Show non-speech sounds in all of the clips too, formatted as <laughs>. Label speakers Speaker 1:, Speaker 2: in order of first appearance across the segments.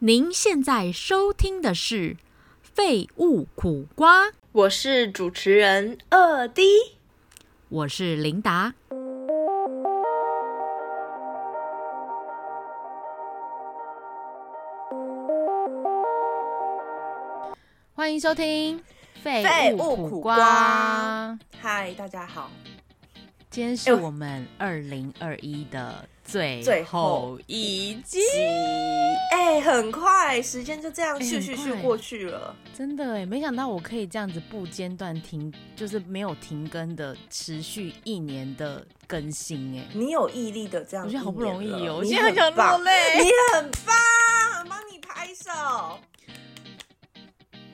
Speaker 1: 您现在收听的是《废物苦瓜》，
Speaker 2: 我是主持人二 D。
Speaker 1: 我是琳达。
Speaker 3: 欢迎收听《
Speaker 2: 废
Speaker 3: 废
Speaker 2: 物
Speaker 3: 物
Speaker 2: 苦
Speaker 3: 苦
Speaker 2: 瓜
Speaker 3: 瓜》。
Speaker 2: 嗨，大家好，
Speaker 3: 今天是我们二零二一的
Speaker 2: 最
Speaker 3: 最
Speaker 2: 后
Speaker 3: 后一集，
Speaker 2: 哎、很快时间就这样
Speaker 3: 哎
Speaker 2: 咻
Speaker 3: 很
Speaker 2: 咻咻
Speaker 3: 快
Speaker 2: 过去了。
Speaker 3: 真的哎，没想到我可以这样子不间断停，就是没有停更的，持续一年的更新哎，
Speaker 2: 你有毅力的这样
Speaker 3: 我
Speaker 2: 一
Speaker 3: 觉得
Speaker 2: 年了，
Speaker 3: 好不容易哦，我
Speaker 2: 你
Speaker 3: 现在很想
Speaker 2: 很
Speaker 3: 落
Speaker 2: 棒，
Speaker 3: 泪。 <laughs>
Speaker 2: 你很棒，帮你拍手。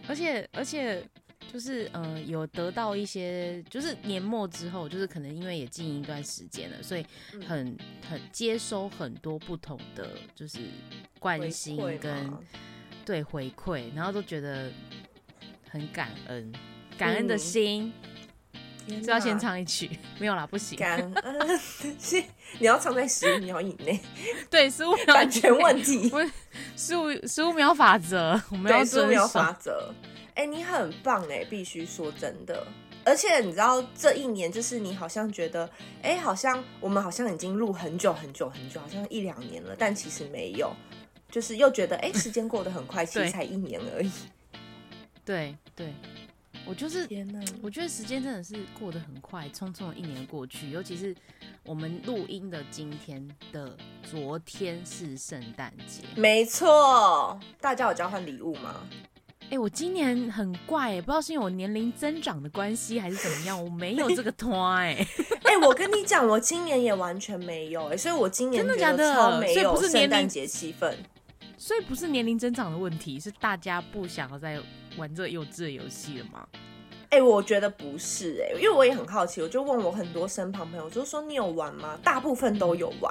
Speaker 3: 而且而且就是嗯、呃有得到一些，就是年末之后，就是可能因为也经营一段时间了，所以
Speaker 2: 嗯
Speaker 3: 很很接收很多不同的就是关心
Speaker 2: 回馈
Speaker 3: 跟
Speaker 2: 嘛
Speaker 3: 对回馈，然后都觉得很感恩，感恩的
Speaker 2: 嗯啊
Speaker 3: 心。
Speaker 2: 天
Speaker 3: 就要
Speaker 2: 哪
Speaker 3: 先唱一曲， <laughs> 没有啦，不行。
Speaker 2: 感恩， <laughs> 是你要唱在十五秒以
Speaker 3: <laughs>
Speaker 2: 内，
Speaker 3: 对，十五秒
Speaker 2: 版权问题。
Speaker 3: 十五十五秒法则，我们要
Speaker 2: 对，素
Speaker 3: 遵
Speaker 2: 描
Speaker 3: 守。
Speaker 2: 法则。哎、你很棒哎、必须说真的。而且你知道这一年，就是你好像觉得，哎、好像我们好像已经录很久很久很久，好像一两年了，但其实没有，就是又觉得，哎、时间过得很快，其实
Speaker 3: 对
Speaker 2: 才一年而已。
Speaker 3: 对对，我就是
Speaker 2: 天哪！
Speaker 3: 我觉得时间真的是过得很快，匆匆的一年过去，尤其是我们录音的今天的昨天是圣诞节。
Speaker 2: 没错，大家有交换礼物吗？
Speaker 3: 哎、我今年很怪、欸，不知道是因为我年龄增长的关系还是怎么样，我没有这个拖哎、
Speaker 2: 哎、我跟你讲，我今年也完全没有哎、所以我今年
Speaker 3: 真的
Speaker 2: 觉
Speaker 3: 假
Speaker 2: 得
Speaker 3: 的
Speaker 2: 超没
Speaker 3: 所以
Speaker 2: 有
Speaker 3: 不是
Speaker 2: 圣
Speaker 3: 年
Speaker 2: 诞
Speaker 3: 龄
Speaker 2: 节气氛。
Speaker 3: <laughs> 所以不是年龄增长的问题，是大家不想要再玩这幼稚的游戏了吗？
Speaker 2: 哎、我觉得不是哎、因为我也很好奇，我就问我很多身旁朋友，我就说你有玩吗？大部分都有玩，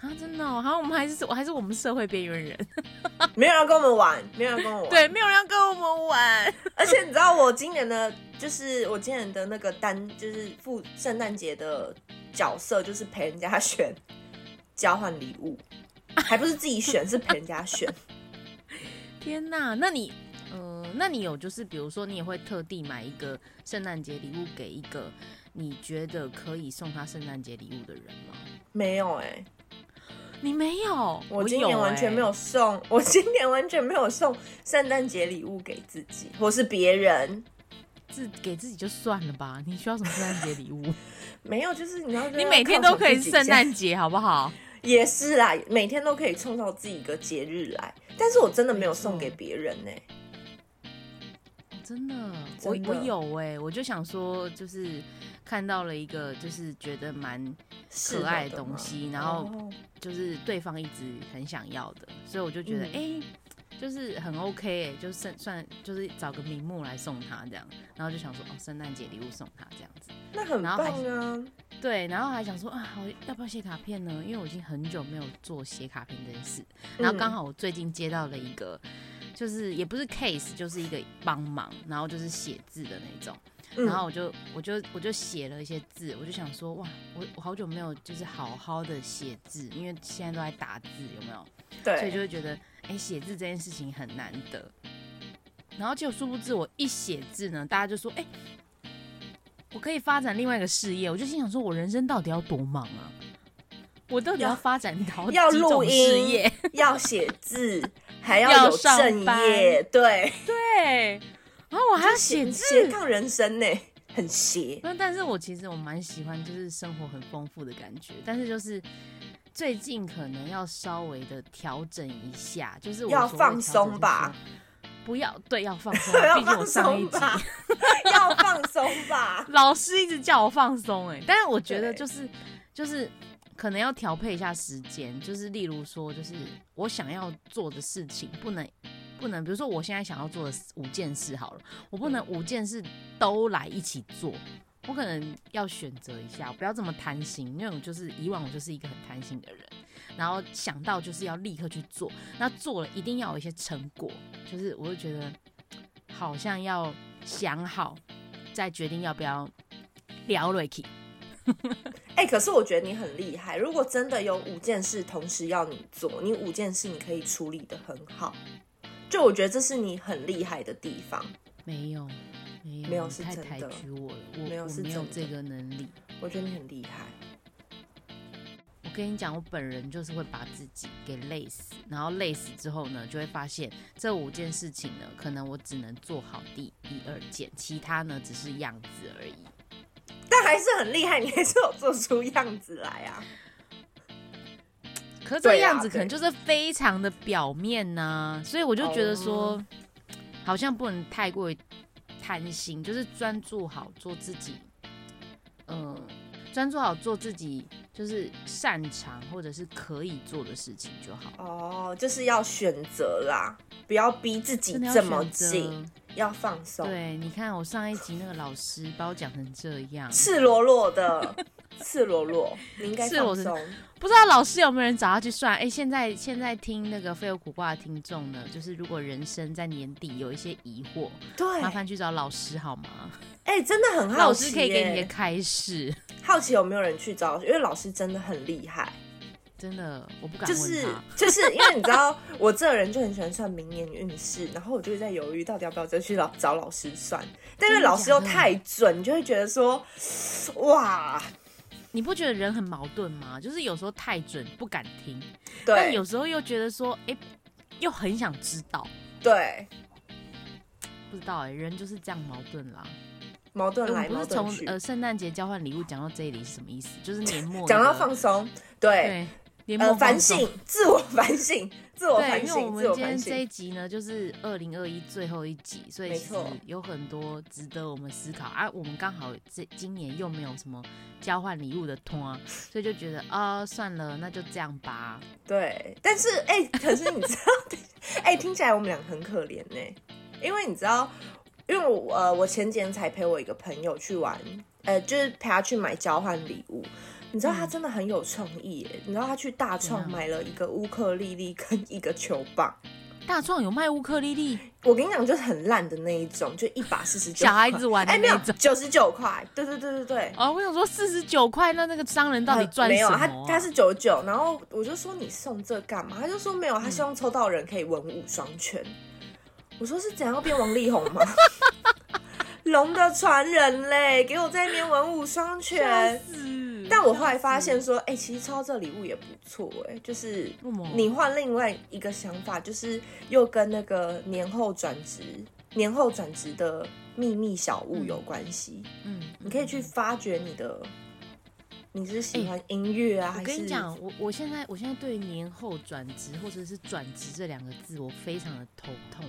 Speaker 3: 啊，真的、哦，好像我们还是我还是我们社会边缘人，
Speaker 2: 没有人要跟我们玩，没有人要跟我玩。，
Speaker 3: 对，没有人要跟我们玩。 <laughs>
Speaker 2: 而且你知道我今年的，就是我今年的那个单，就是父圣诞节的角色，就是陪人家选交换礼物，还不是自己选，是陪人家选。
Speaker 3: 天呐，那你，呃，那你有就是，比如说你也会特地买一个圣诞节礼物给一个你觉得可以送他圣诞节礼物的人吗？
Speaker 2: 没有哎、
Speaker 3: 你没有，
Speaker 2: 我今年
Speaker 3: 有
Speaker 2: 完全
Speaker 3: 欸
Speaker 2: 没有送，我今年完全没有送圣诞节礼物给自己或是别人，
Speaker 3: 自给自己就算了吧，你需要什么圣诞节 <laughs> 礼物？
Speaker 2: 没有，就是你要
Speaker 3: 你每天都可以
Speaker 2: 犒赏自己一下
Speaker 3: 圣诞节，好不好？
Speaker 2: 啊也是啦，每天都可以创造自己一个节日来。但是我真的没有送给别人呢、
Speaker 3: 嗯真的，
Speaker 2: 真的
Speaker 3: 我我有哎、我就想说，就是看到了一个，就是觉得蛮
Speaker 2: 适合
Speaker 3: 可爱
Speaker 2: 的
Speaker 3: 的东
Speaker 2: 吗
Speaker 3: 西，然后
Speaker 2: 哦
Speaker 3: 就是对方一直很想要的，所以我就觉得哎、诶就是很 OK 哎、就算算就是找个名目来送他这样，然后就想说哦，圣诞节礼物送他这样子，
Speaker 2: 那很棒
Speaker 3: 然后
Speaker 2: 啊！
Speaker 3: 对，然后还想说啊，我要不要写卡片呢？因为我已经很久没有做写卡片这件事，然后刚好我最近接到了一个，就是也不是 case，就是一个帮忙，然后就是写字的那种。
Speaker 2: 嗯
Speaker 3: 然后我就我就我就写了一些字，我就想说，哇，我我好久没有就是好好的写字，因为现在都在打字，有没有？所以就
Speaker 2: 对，
Speaker 3: 会觉得，哎、写字这件事情很难得。然后结果殊不知，我一写字呢，大家就说，哎、我可以发展另外一个事业。我就心想说，我人生到底要多忙啊？我到底
Speaker 2: 要
Speaker 3: 要发展到
Speaker 2: 要
Speaker 3: 几
Speaker 2: 录
Speaker 3: 种事业
Speaker 2: 音？，要写字，
Speaker 3: <laughs>
Speaker 2: 还
Speaker 3: 要
Speaker 2: 有
Speaker 3: 上
Speaker 2: 正
Speaker 3: 班
Speaker 2: 业，对，
Speaker 3: 对，然后我还要写字。
Speaker 2: 斜杠人生呢、很斜。
Speaker 3: 那但是我其实我蛮喜欢，就是生活很丰富的感觉，但是就是最近可能要稍微的调整一下，就是我
Speaker 2: 要
Speaker 3: 所谓
Speaker 2: 放
Speaker 3: 调整
Speaker 2: 松吧
Speaker 3: 就是说，不要对要放松，啊
Speaker 2: <laughs> 要
Speaker 3: 毕竟
Speaker 2: 放
Speaker 3: 我上一
Speaker 2: 松
Speaker 3: 集
Speaker 2: 吧， <laughs> 要放松吧。
Speaker 3: 老师一直叫我放松，哎，但是我觉得
Speaker 2: 对
Speaker 3: 就是就是可能要调配一下时间，就是例如说，就是我想要做的事情不能。不能，比如说我现在想要做的五件事好了，我不能五件事都来一起做，我可能要选择一下，我不要这么贪心，因为我就是以往我就是一个很贪心的人，然后想到就是要立刻去做，那做了一定要有一些成果，就是我就觉得好像要想好再决定要不要聊 Ricky。
Speaker 2: 哎、可是我觉得你很厉害。如果真的有五件事同时要你做，你五件事你可以处理的很好，就我觉得这是你很厉害的地方。
Speaker 3: 没有，没有，
Speaker 2: 嗯没有
Speaker 3: 你
Speaker 2: 是
Speaker 3: 太
Speaker 2: 真
Speaker 3: 抬
Speaker 2: 的
Speaker 3: 举我了，我
Speaker 2: 没有
Speaker 3: 我
Speaker 2: 是
Speaker 3: 没有
Speaker 2: 真
Speaker 3: 这
Speaker 2: 的
Speaker 3: 个能力。
Speaker 2: 我觉得你很厉害。
Speaker 3: 我跟你讲，我本人就是会把自己给累死，然后累死之后呢，就会发现这五件事情呢，可能我只能做好第一二件，其他呢只是样子而已。
Speaker 2: 但还是很厉害，你还是有做出样子来啊！
Speaker 3: 可是这个
Speaker 2: 对啊
Speaker 3: 样子可能
Speaker 2: 对
Speaker 3: 就是非常的表面呢、所以我就觉得说，好像不能太过于贪心，就是专注好做自己，嗯、专注好做自己就是擅长或者是可以做的事情就好，
Speaker 2: 哦，就是要选择啦，不要逼自己
Speaker 3: 真的要
Speaker 2: 这么
Speaker 3: 选择
Speaker 2: 紧，要放松，
Speaker 3: 对，你看我上一集那个老师把我讲成这样，
Speaker 2: 赤裸裸的， <laughs> 赤裸裸，你应该
Speaker 3: 赤裸
Speaker 2: 放
Speaker 3: 是
Speaker 2: 松。
Speaker 3: 不知道老师有没有人找他去算？哎、现在现在听那个废有苦瓜的听众呢，就是如果人生在年底有一些疑惑，
Speaker 2: 对，
Speaker 3: 麻烦去找老师好吗？
Speaker 2: 哎、真的很好
Speaker 3: 老
Speaker 2: 奇、
Speaker 3: 师
Speaker 2: 哎耶
Speaker 3: 可以给你的开示，
Speaker 2: 好奇有没有人去找？因为老师真的很厉害，
Speaker 3: 真的我不敢
Speaker 2: 就
Speaker 3: 问他。
Speaker 2: 是就是因为你知道，我这个人就很喜欢算明年运势，然后我就会在犹豫到底要不要再去老找老师算，但是
Speaker 3: 真的
Speaker 2: 老师又
Speaker 3: 假的
Speaker 2: 太准，你就会觉得说，哇，
Speaker 3: 你不觉得人很矛盾吗？就是有时候太准不敢听，但
Speaker 2: 对，
Speaker 3: 有时候又觉得说，哎、又很想知道，
Speaker 2: 对，
Speaker 3: 不知道哎、人就是这样矛盾啦。
Speaker 2: 矛
Speaker 3: 哎
Speaker 2: 盾
Speaker 3: 我们
Speaker 2: 来
Speaker 3: 不
Speaker 2: 矛
Speaker 3: 是
Speaker 2: 盾
Speaker 3: 从
Speaker 2: 去，
Speaker 3: 呃圣诞节交换礼物讲到这里是什么意思？就是年
Speaker 2: <laughs>
Speaker 3: 末
Speaker 2: 讲
Speaker 3: 那
Speaker 2: 到
Speaker 3: 个
Speaker 2: 放松，对，
Speaker 3: 对年末
Speaker 2: 呃，
Speaker 3: 放
Speaker 2: 反
Speaker 3: 松
Speaker 2: 省，自我反省，自我
Speaker 3: 对，
Speaker 2: 反
Speaker 3: 因为我
Speaker 2: 省，
Speaker 3: 们
Speaker 2: 自我
Speaker 3: 今天
Speaker 2: 反
Speaker 3: 这一
Speaker 2: 省，
Speaker 3: 集呢，就是二零二一最后一集，所以
Speaker 2: 没
Speaker 3: 其实
Speaker 2: 错
Speaker 3: 有很多值得我们思考啊。我们刚好这今年又没有什么交换礼物的通啊，所以就觉得啊、算了，那就这样吧。
Speaker 2: 对，但是哎、可是你知道，哎、听起来我们两个很可怜呢、因为你知道，因为我呃，我前几天才陪我一个朋友去玩，呃，就是陪他去买交换礼物。你知道他真的很有创意耶、你知道他去大创
Speaker 3: 嗯怎样
Speaker 2: 买了一个乌克丽丽跟一个球棒，
Speaker 3: 大创有卖乌克丽丽，
Speaker 2: 我跟你讲就是很烂的那一种，就一把四十九，
Speaker 3: 小
Speaker 2: <laughs>
Speaker 3: 孩子玩的
Speaker 2: 哎、没有
Speaker 3: 那种
Speaker 2: 九十九块，对对对对对，
Speaker 3: 哦，我想说四十九块，那那个商人到底
Speaker 2: 呃
Speaker 3: 赚
Speaker 2: 没
Speaker 3: 什
Speaker 2: 有
Speaker 3: 么、
Speaker 2: 啊？
Speaker 3: 啊
Speaker 2: 他他是九九，然后我就说你送这干嘛？他就说
Speaker 3: 嗯
Speaker 2: 没有，他希望抽到的人可以文武双全。我说是怎样要变王力宏吗？ <laughs> 龙的传人嘞，给我在那边文武双全。
Speaker 3: 是
Speaker 2: 但我后来发现说，哎、其实抽到这礼物也不错，哎，就是
Speaker 3: 为什么
Speaker 2: 你换另外一个想法，就是又跟那个年后转职、年后转职的秘密小物有关系。
Speaker 3: 嗯，
Speaker 2: 你可以去发掘你的，你是喜欢音乐啊？
Speaker 3: 哎我
Speaker 2: 还
Speaker 3: 跟
Speaker 2: 是
Speaker 3: 你讲，我我现在我现在对年后转职或者是转职这两个字，我非常的头痛。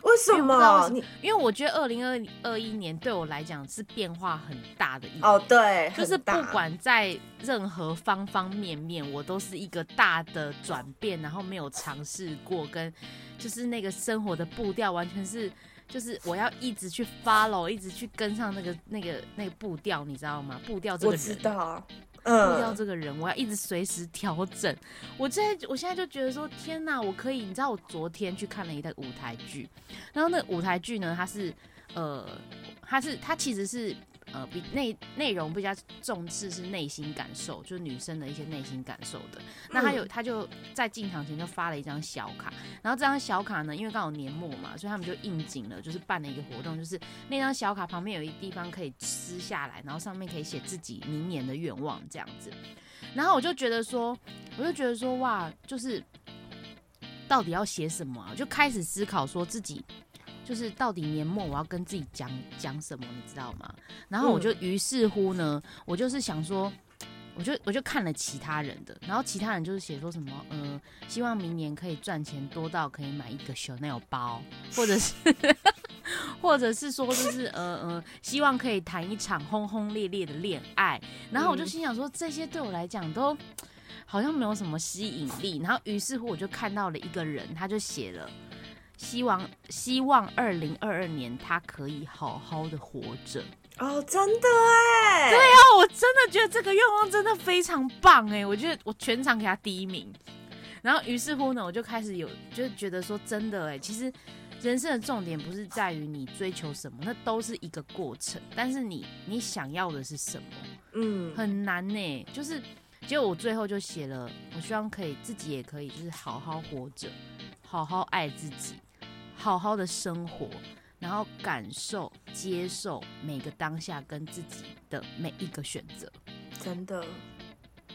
Speaker 2: 为什
Speaker 3: 因为不知道为
Speaker 2: 么
Speaker 3: 什么
Speaker 2: 你？
Speaker 3: 因为我觉得二零二二一年对我来讲是变化很大的一年
Speaker 2: 哦，，对，
Speaker 3: 就是
Speaker 2: 很
Speaker 3: 不
Speaker 2: 大
Speaker 3: 管在任何方方面面，我都是一个大的转变，然后没有尝试过，跟就是那个生活的步调完全是。就是我要一直去 follow，一直去跟上那个那个那个步调，你知道吗？步调这个
Speaker 2: 我
Speaker 3: 人，
Speaker 2: 知道，
Speaker 3: 步调
Speaker 2: 嗯，
Speaker 3: 这个人，我要一直随时调整。我现在我现在就觉得说，天哪，我可以，你知道，我昨天去看了一个舞台剧，然后那个舞台剧呢，它是呃，它是它其实是呃比内内容比较重视是内心感受，就是女生的一些内心感受的。那他有他就在进场前就发了一张小卡，然后这张小卡呢，因为刚好年末嘛，所以他们就应景了，就是办了一个活动，就是那张小卡旁边有一地方可以撕下来，然后上面可以写自己明年的愿望这样子。然后我就觉得说，我就觉得说，哇，就是到底要写什么啊？我就开始思考说自己。就是到底年末我要跟自己讲讲什么，你知道吗？然后我就于是乎呢，我就是想说，我就我就看了其他人的，然后其他人就是写说什么，呃，希望明年可以赚钱多到可以买一个 Chanel 包，或者是或者是说就是呃呃，希望可以谈一场轰轰烈烈的恋爱。然后我就
Speaker 2: 嗯
Speaker 3: 心想说，这些对我来讲都好像没有什么吸引力。然后于是乎我就看到了一个人，他就写了。希望希望二零二二年他可以好好的活着，
Speaker 2: 哦，真的哎，对
Speaker 3: 哦，我真的觉得这个愿望真的非常棒哎，我觉得我全场给他第一名。然后于是乎呢，我就开始有就觉得说真的哎，其实人生的重点不是在于你追求什么，那都是一个过程，但是你你想要的是什么，
Speaker 2: 嗯，
Speaker 3: 很难呢、就是，结果我最后就写了，我希望可以自己也可以，就是好好活着，好好爱自己，好好的生活，然后感受、接受每个当下跟自己的每一个选择。
Speaker 2: 真的，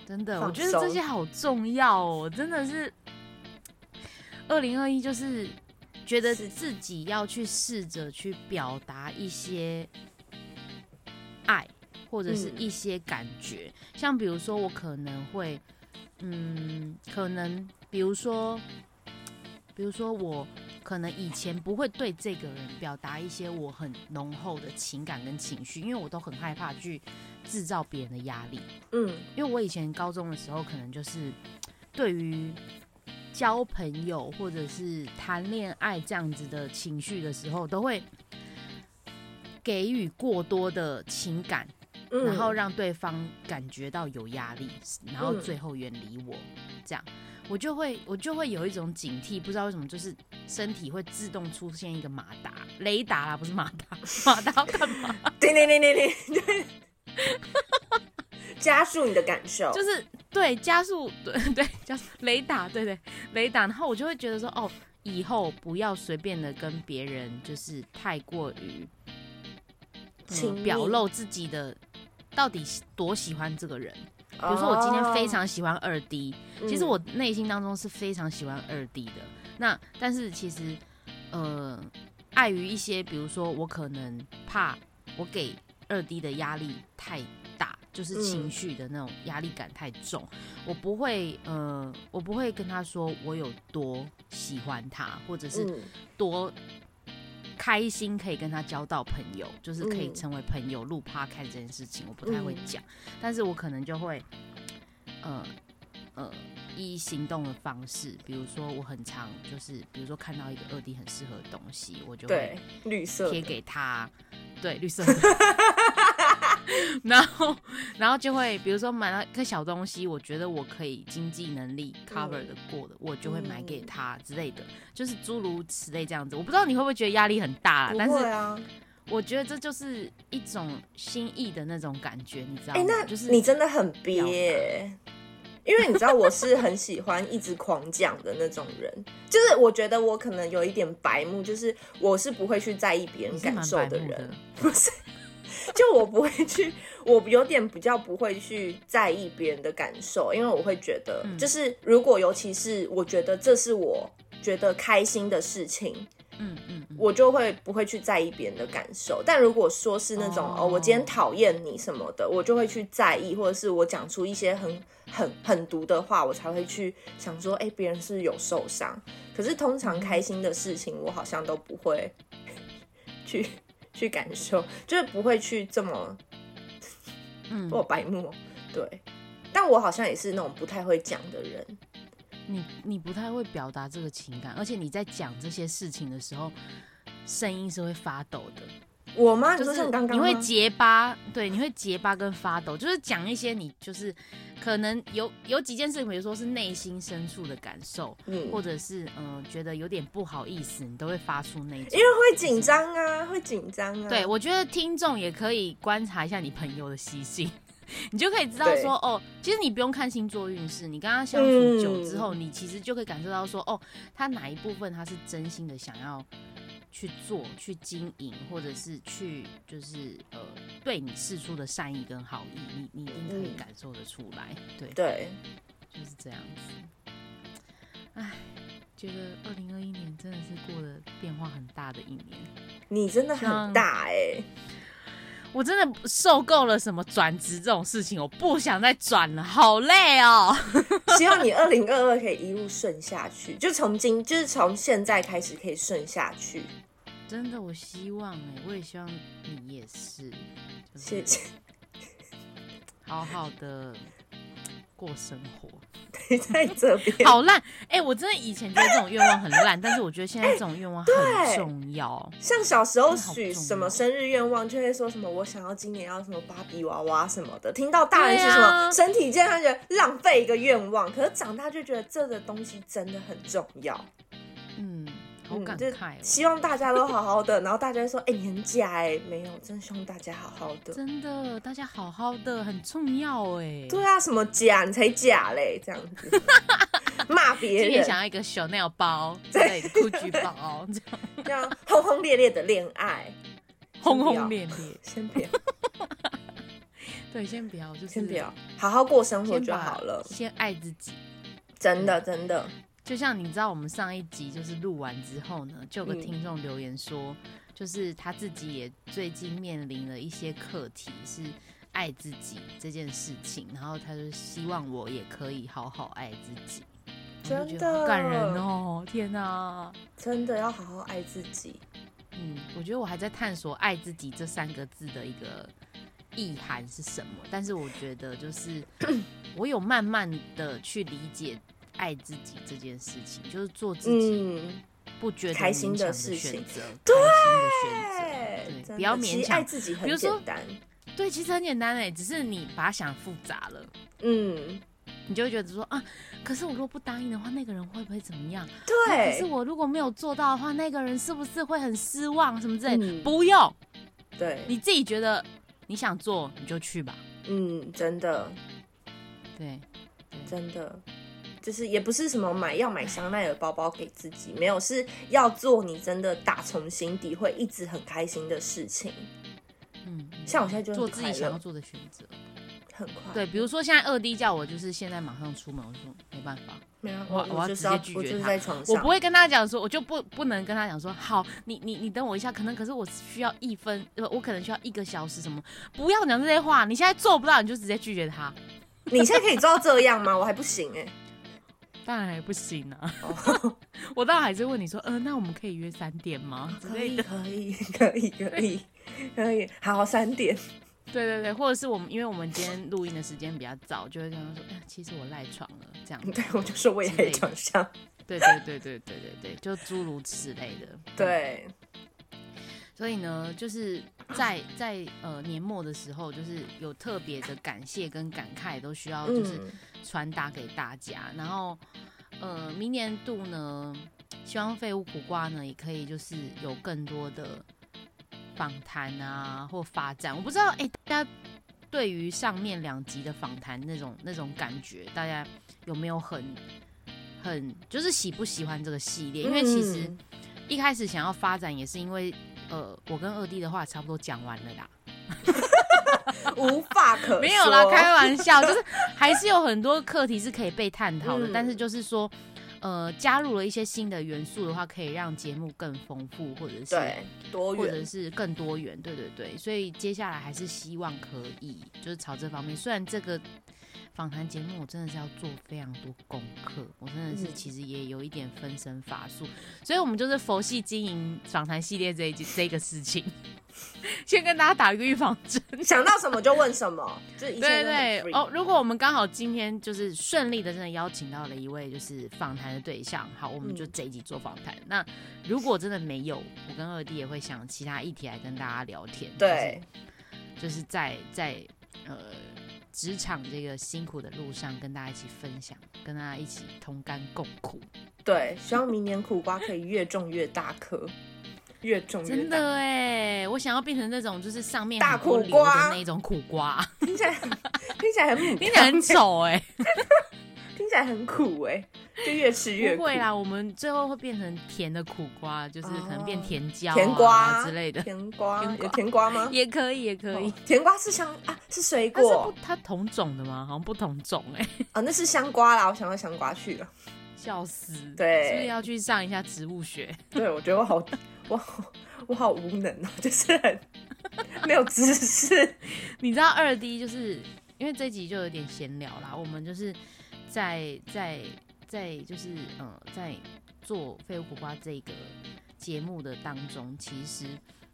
Speaker 3: 真的，
Speaker 2: 放
Speaker 3: 我觉得这
Speaker 2: 松
Speaker 3: 些好重要哦，真的是。二零二一就是觉得
Speaker 2: 是
Speaker 3: 自己要去试着去表达一些爱，或者是
Speaker 2: 嗯
Speaker 3: 一些感觉，像比如说我可能会，嗯，可能比如说，比如说我可能以前不会对这个人表达一些我很浓厚的情感跟情绪，因为我都很害怕去制造别人的压力。
Speaker 2: 嗯
Speaker 3: 因为我以前高中的时候，可能就是对于交朋友或者是谈恋爱这样子的情绪的时候，都会给予过多的情感，
Speaker 2: 嗯，
Speaker 3: 然后让对方感觉到有压力，然后
Speaker 2: 嗯
Speaker 3: 最后远离我，这样。我就会我就会有一种警惕，不知道为什么，就是身体会自动出现一个马达雷达啦，不是马达， <laughs> 马达要干嘛？
Speaker 2: 叮叮叮叮叮，对，加速你的感受，
Speaker 3: 就是对加速，对对加速雷达，对对雷达，然后我就会觉得说，哦，以后不要随便的跟别人就是太过于、嗯
Speaker 2: 亲密
Speaker 3: 表露自己的到底喜多喜欢这个人。比如说我今天非常喜欢二 D，、
Speaker 2: 哦，
Speaker 3: 其实
Speaker 2: 嗯
Speaker 3: 我内心当中是非常喜欢二 D 的。那但是其实，呃，碍于一些，比如说我可能怕我给二 D 的压力太大，就是情
Speaker 2: 嗯
Speaker 3: 绪的那种压力感太重，我不会，呃，我不会跟他说我有多喜欢他，或者是
Speaker 2: 嗯
Speaker 3: 多开心可以跟他交到朋友，就是可以
Speaker 2: 嗯
Speaker 3: 成为朋友录 p 开这件事情，我不太会
Speaker 2: 嗯
Speaker 3: 讲，但是我可能就会，呃呃，以行动的方式，比如说我很常就是，比如说看到一个二弟很适合的东西，我就会
Speaker 2: 对绿色
Speaker 3: 贴
Speaker 2: 的
Speaker 3: 给他，对，绿色的。 <laughs> 然后，然后就会，比如说买到一个小东西，我觉得我可以经济能力 cover 的过的，我就会买
Speaker 2: 嗯
Speaker 3: 给他之类的，就是诸如此类这样子。我不知道你会不会觉得压力很大啦，
Speaker 2: 不
Speaker 3: 但
Speaker 2: 会
Speaker 3: 是
Speaker 2: 啊，
Speaker 3: 我觉得这就是一种心意的那种感觉，你知道
Speaker 2: 哎、
Speaker 3: 吗？
Speaker 2: 那
Speaker 3: 就是
Speaker 2: 你真的很憋
Speaker 3: 表达
Speaker 2: 耶，因为你知道我是很喜欢一直狂讲的那种人， <laughs> 就是我觉得我可能有一点白目，就是我是不会去在意别
Speaker 3: 你
Speaker 2: 人
Speaker 3: 是
Speaker 2: 感
Speaker 3: 蛮
Speaker 2: 受
Speaker 3: 白
Speaker 2: 的
Speaker 3: 目
Speaker 2: 人
Speaker 3: 的，，
Speaker 2: 不是， <laughs> 就我不会去，我有点比较不会去在意别人的感受，因为我会觉得，
Speaker 3: 嗯
Speaker 2: 就是如果尤其是我觉得这是我觉得开心的事情，
Speaker 3: 嗯嗯嗯，
Speaker 2: 我就会不会去在意别人的感受。但如果说是那种
Speaker 3: 哦
Speaker 2: 哦我今天讨厌你什么的，我就会去在意，或者是我讲出一些很很很毒的话，我才会去想说，哎、别人是不是有受伤。可是通常开心的事情，我好像都不会 <laughs> 去去感受，就是不会去这么
Speaker 3: 嗯
Speaker 2: 我白目，对。但我好像也是那种不太会讲的人，
Speaker 3: 你你不太会表达这个情感，而且你在讲这些事情的时候，声音是会发抖的。
Speaker 2: 我吗？你
Speaker 3: 就
Speaker 2: 说
Speaker 3: 是
Speaker 2: 像刚刚
Speaker 3: 你
Speaker 2: 吗
Speaker 3: 会结巴，对，你会结巴跟发抖，就是讲一些你就是可能有有几件事情，比如说是内心深处的感受，
Speaker 2: 嗯，
Speaker 3: 或者是嗯、呃觉得有点不好意思，你都会发出那种
Speaker 2: 因。为会紧张啊，会紧张啊。
Speaker 3: 对，我觉得听众也可以观察一下你朋友的习性，你就可以知道说哦，其实你不用看星座运势，你跟他相处久之后，你其实就可以感受到说哦，他哪一部分他是真心的想要去做、去经营，或者是去就是呃对你示出的善意跟好意，你你一定可以
Speaker 2: 嗯
Speaker 3: 感受得出来。对，
Speaker 2: 对，
Speaker 3: 就是这样子。唉，觉得二零二一年真的是过得变化很大的一年。
Speaker 2: 你真的很大哎、
Speaker 3: 我真的受够了什么转职这种事情，我不想再转了，好累哦。
Speaker 2: 希望你二零二二可以一路顺下去，就从今就是从现在开始可以顺下去。
Speaker 3: <laughs> 真的，我希望哎、我也希望你也是，就
Speaker 2: 谢
Speaker 3: 是
Speaker 2: 谢，
Speaker 3: 好好的过生活。
Speaker 2: 你在这边。
Speaker 3: 好烂哎、我真的以前觉得这种愿望很
Speaker 2: <laughs>
Speaker 3: 烂，但是我觉得现在这种愿望很重要。
Speaker 2: 像小时候
Speaker 3: 真的好
Speaker 2: 许
Speaker 3: 重
Speaker 2: 什么
Speaker 3: 要
Speaker 2: 生日愿望，就会说什么我想要今年要什么芭比娃娃什么的。听到大人
Speaker 3: 对
Speaker 2: 许
Speaker 3: 啊
Speaker 2: 什么身体健康，觉得浪费一个愿望，可是长大就觉得这个东西真的很重要。
Speaker 3: 嗯，好好感
Speaker 2: 就
Speaker 3: 慨哦，
Speaker 2: 希望大家都好好的，然后大家就说：“哎、你很假哎、没有，真的希望大家好好的。
Speaker 3: 真的，大家好好的，很重要哎。”
Speaker 2: 对啊，什么假？你才假嘞，这样子骂别
Speaker 3: 今天
Speaker 2: 人，
Speaker 3: 想要一个 Chanel 包，对，酷具包，这样
Speaker 2: 这样轰轰烈烈的恋爱，
Speaker 3: 轰轰烈烈。<laughs>
Speaker 2: 先不要，
Speaker 3: 对，先不要，就是
Speaker 2: 先不要，好好过生活
Speaker 3: 先
Speaker 2: 就
Speaker 3: 把
Speaker 2: 好了。
Speaker 3: 先爱自己。
Speaker 2: 真的，真的，
Speaker 3: 就像你知道，我们上一集就是录完之后呢，就有个
Speaker 2: 嗯
Speaker 3: 听众留言说，就是他自己也最近面临了一些课题，是爱自己这件事情，然后他就希望我也可以好好爱自己。我就觉
Speaker 2: 真
Speaker 3: 得
Speaker 2: 的
Speaker 3: 好感人哦！天哪、
Speaker 2: 真的要好好爱自己。
Speaker 3: 嗯，我觉得我还在探索“爱自己”这三个字的一个意涵是什么，但是我觉得就是我有慢慢的去理解爱自己这件事情，就是做自己
Speaker 2: 嗯，
Speaker 3: 不觉得
Speaker 2: 开心
Speaker 3: 勉强
Speaker 2: 的
Speaker 3: 的
Speaker 2: 事情
Speaker 3: 选择，
Speaker 2: 对
Speaker 3: 开心的选择，
Speaker 2: 真的
Speaker 3: 对，不要
Speaker 2: 其
Speaker 3: 勉
Speaker 2: 实爱
Speaker 3: 强。
Speaker 2: 自己
Speaker 3: 比
Speaker 2: 很
Speaker 3: 如
Speaker 2: 简
Speaker 3: 说
Speaker 2: 单。
Speaker 3: 对，其实很简单哎，只是你把它想复杂了，
Speaker 2: 嗯，
Speaker 3: 你就会觉得说啊，可是我如果不答应的话，那个人会不会怎么样？可是
Speaker 2: 对，
Speaker 3: 我如果没有做到的话，那个人是不是会很失望什么之类的？
Speaker 2: 嗯
Speaker 3: 不用，
Speaker 2: 对，
Speaker 3: 你自己觉得你想做你就去吧。
Speaker 2: 嗯，真的，
Speaker 3: 对，
Speaker 2: 真的，就是也不是什么买要买香奈儿包包给自己，没有是要做你真的打从心底会一直很开心的事情。
Speaker 3: 嗯，嗯
Speaker 2: 像我现在就很
Speaker 3: 做自己
Speaker 2: 快
Speaker 3: 想要
Speaker 2: 乐
Speaker 3: 做的选择。
Speaker 2: 很快，
Speaker 3: 对，比如说现在二 D 叫我就是现在马上出门，我说没办法，
Speaker 2: 没有，
Speaker 3: 我我要
Speaker 2: 就是
Speaker 3: 直接
Speaker 2: 要
Speaker 3: 拒
Speaker 2: 我
Speaker 3: 绝
Speaker 2: 就是
Speaker 3: 他
Speaker 2: 在床上，
Speaker 3: 我不会跟他讲说，我就不不能跟他讲说，好，你你你等我一下，可能可是我需要一分，呃，我可能需要一个小时什么，不要讲这些话，你现在做不到你就直接拒绝他，
Speaker 2: 你现在可以做到这样吗？我还不行哎、
Speaker 3: 当然还不行啊，
Speaker 2: 哦
Speaker 3: <laughs> 我当然还是问你说，呃，那我们可以约三点吗？ <laughs> 之
Speaker 2: 可
Speaker 3: 类
Speaker 2: 以
Speaker 3: 的，
Speaker 2: 可以可以可以可以，好三点，
Speaker 3: 对对对，或者是我们因为我们今天录音的时间比较早，就会跟他说，哎、其实我赖床了，这样，
Speaker 2: 对我就说我也在床上，
Speaker 3: 对对对对对对对，就诸如此类的，嗯
Speaker 2: 对，
Speaker 3: 所以呢，就是在在呃年末的时候，就是有特别的感谢跟感慨，都需要哦就是
Speaker 2: 嗯，
Speaker 3: 传达给大家。然后呃，明年度呢，希望废物苦瓜呢也可以就是有更多的访谈啊或发展。我不知道哎、大家对于上面两集的访谈那种那种感觉，大家有没有很很就是喜不喜欢这个系列？因为其实。
Speaker 2: 嗯
Speaker 3: 一开始想要发展也是因为，呃，我跟二弟的话差不多讲完了啦，
Speaker 2: 嗯无话 <laughs> 可说
Speaker 3: <laughs> 没有啦，开玩笑，就是还是有很多课题是可以被探讨的，
Speaker 2: 嗯
Speaker 3: 但是就是说，呃，加入了一些新的元素的话，可以让节目更丰富，或者是
Speaker 2: 对多
Speaker 3: 或者
Speaker 2: 远，
Speaker 3: 是更多元，对对对，所以接下来还是希望可以就是朝这方面，虽然这个。访谈节目我真的是要做非常多功课，我真的是
Speaker 2: 嗯
Speaker 3: 其实也有一点分身乏术，所以我们就是佛系经营访谈系列这一集这个事情， <laughs> 先跟大家打一个预防针。
Speaker 2: 想到什么就问什么，就一切
Speaker 3: 对
Speaker 2: 都很
Speaker 3: 对
Speaker 2: free
Speaker 3: 哦，，如果我们刚好今天就是顺利的，真的邀请到了一位就是访谈的对象，好，我们就
Speaker 2: 嗯
Speaker 3: 这一集做访谈。那如果真的没有，我跟二弟也会想其他议题来跟大家聊天。
Speaker 2: 对，
Speaker 3: 就是，就是在在呃职场这个辛苦的路上，跟大家一起分享，跟大家一起同甘共苦。
Speaker 2: 嗯对，希望明年苦瓜可以越种越大颗，越种越
Speaker 3: 真
Speaker 2: 大，
Speaker 3: 的哎，我想要变成那种就是上面
Speaker 2: 大
Speaker 3: 很多
Speaker 2: 苦
Speaker 3: 瘤
Speaker 2: 瓜
Speaker 3: 的那种苦
Speaker 2: <laughs>
Speaker 3: 瓜，
Speaker 2: 听起来
Speaker 3: <laughs>
Speaker 2: 很听起来很母
Speaker 3: 听起来
Speaker 2: 汤欸
Speaker 3: 很丑哎。
Speaker 2: 听起来很苦哎、就越吃越
Speaker 3: 不
Speaker 2: 苦。
Speaker 3: 会啦，我们最后会变成甜的苦瓜，就是可能变甜椒、啊、
Speaker 2: 哦甜瓜
Speaker 3: 之类的，
Speaker 2: 甜瓜
Speaker 3: 甜瓜
Speaker 2: 有甜瓜吗？
Speaker 3: 也可以，也可以
Speaker 2: 哦。甜瓜是香啊，是水
Speaker 3: 但是
Speaker 2: 果
Speaker 3: 不，它同种的吗？好像不同种哎、
Speaker 2: 啊，那是香瓜啦，我想到香瓜去了。
Speaker 3: 笑死！
Speaker 2: 对
Speaker 3: 是不是要去上一下植物学？
Speaker 2: 对，我觉得我好， <laughs> 我好，我好无能哦，就是
Speaker 3: <laughs>
Speaker 2: 很没有知识。
Speaker 3: 你知道二 D 就是因为这集就有点闲聊啦，我们就是在在在就是呃在做废物苦瓜这个节目的当中，其实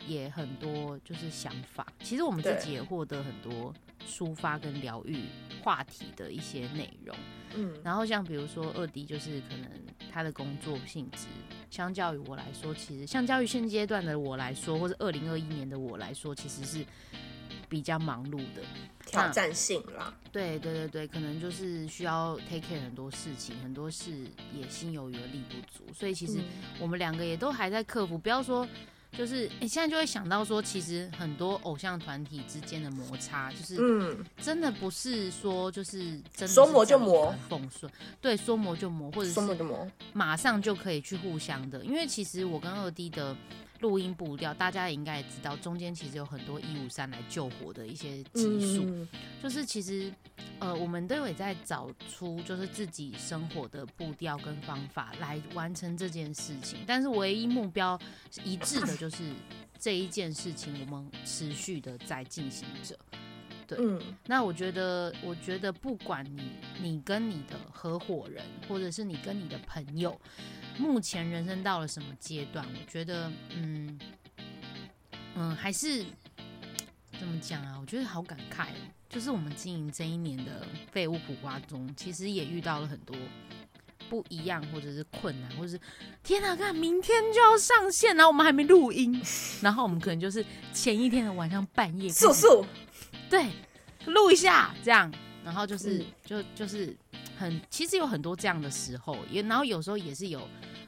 Speaker 3: 也很多就是想法，其实我们自
Speaker 2: 对
Speaker 3: 己也获得很多抒发跟疗愈话题的一些内容。
Speaker 2: 嗯，
Speaker 3: 然后像比如说二 D，就是可能他的工作性质，相较于我来说，其实相较于现阶段的我来说，或者二零二一年的我来说，其实是比较忙碌的。
Speaker 2: 挑战性啦，
Speaker 3: 对对对对，可能就是需要 take care 很多事情，很多事也心有余而力不足，所以其实
Speaker 2: 嗯
Speaker 3: 我们两个也都还在克服。不要说，就是你、诶现在就会想到说，其实很多偶像团体之间的摩擦，就是
Speaker 2: 嗯，
Speaker 3: 真的不是说就是真的
Speaker 2: 说磨就磨，
Speaker 3: 缝顺，对，说磨就磨，或者是
Speaker 2: 说磨就磨，
Speaker 3: 马上就可以去互相的，因为其实我跟二弟的录音步调，大家也应该也知道，中间其实有很多一五三来救火的一些技术，
Speaker 2: 嗯
Speaker 3: 就是其实呃，我们都有在找出就是自己生活的步调跟方法来完成这件事情，但是唯一目标是一致的就是这一件事情，我们持续的在进行着。
Speaker 2: 嗯，
Speaker 3: 那我觉得，我觉得不管你你跟你的合伙人，或者是你跟你的朋友，目前人生到了什么阶段，我觉得，嗯嗯，还是怎么讲啊？我觉得好感慨哦。就是我们经营这一年的废物苦瓜中，其实也遇到了很多不一样，或者是困难，或者是天哪、看明天就要上线，然后我们还没录音， <laughs> 然后我们可能就是前一天的晚上半夜开始
Speaker 2: 速速，
Speaker 3: 对，录一下这样，然后就是、
Speaker 2: 嗯
Speaker 3: 就就是很，其实有很多这样的时候，也然后有时候也是有，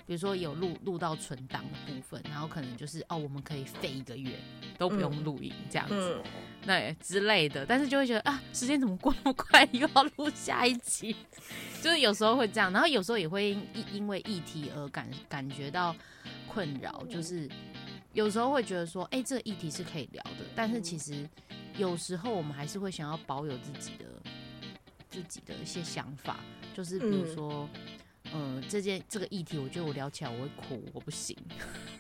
Speaker 3: 比如说有录录到存档的部分，然后可能就是哦，我们可以废一个月都不用
Speaker 2: 嗯
Speaker 3: 录影这样子，
Speaker 2: 嗯，
Speaker 3: 那之类的，但是就会觉得啊，时间怎么过那么快， <laughs> 又要录下一集，就是有时候会这样，然后有时候也会因因为议题而感感觉到困扰，就是有时候会觉得说，哎、这个议题是可以聊的，但是其实有时候我们还是会想要保有自己的自己的一些想法，就是比如
Speaker 2: 嗯
Speaker 3: 说。呃，这件这个议题，我觉得我聊起来我会哭，我不行。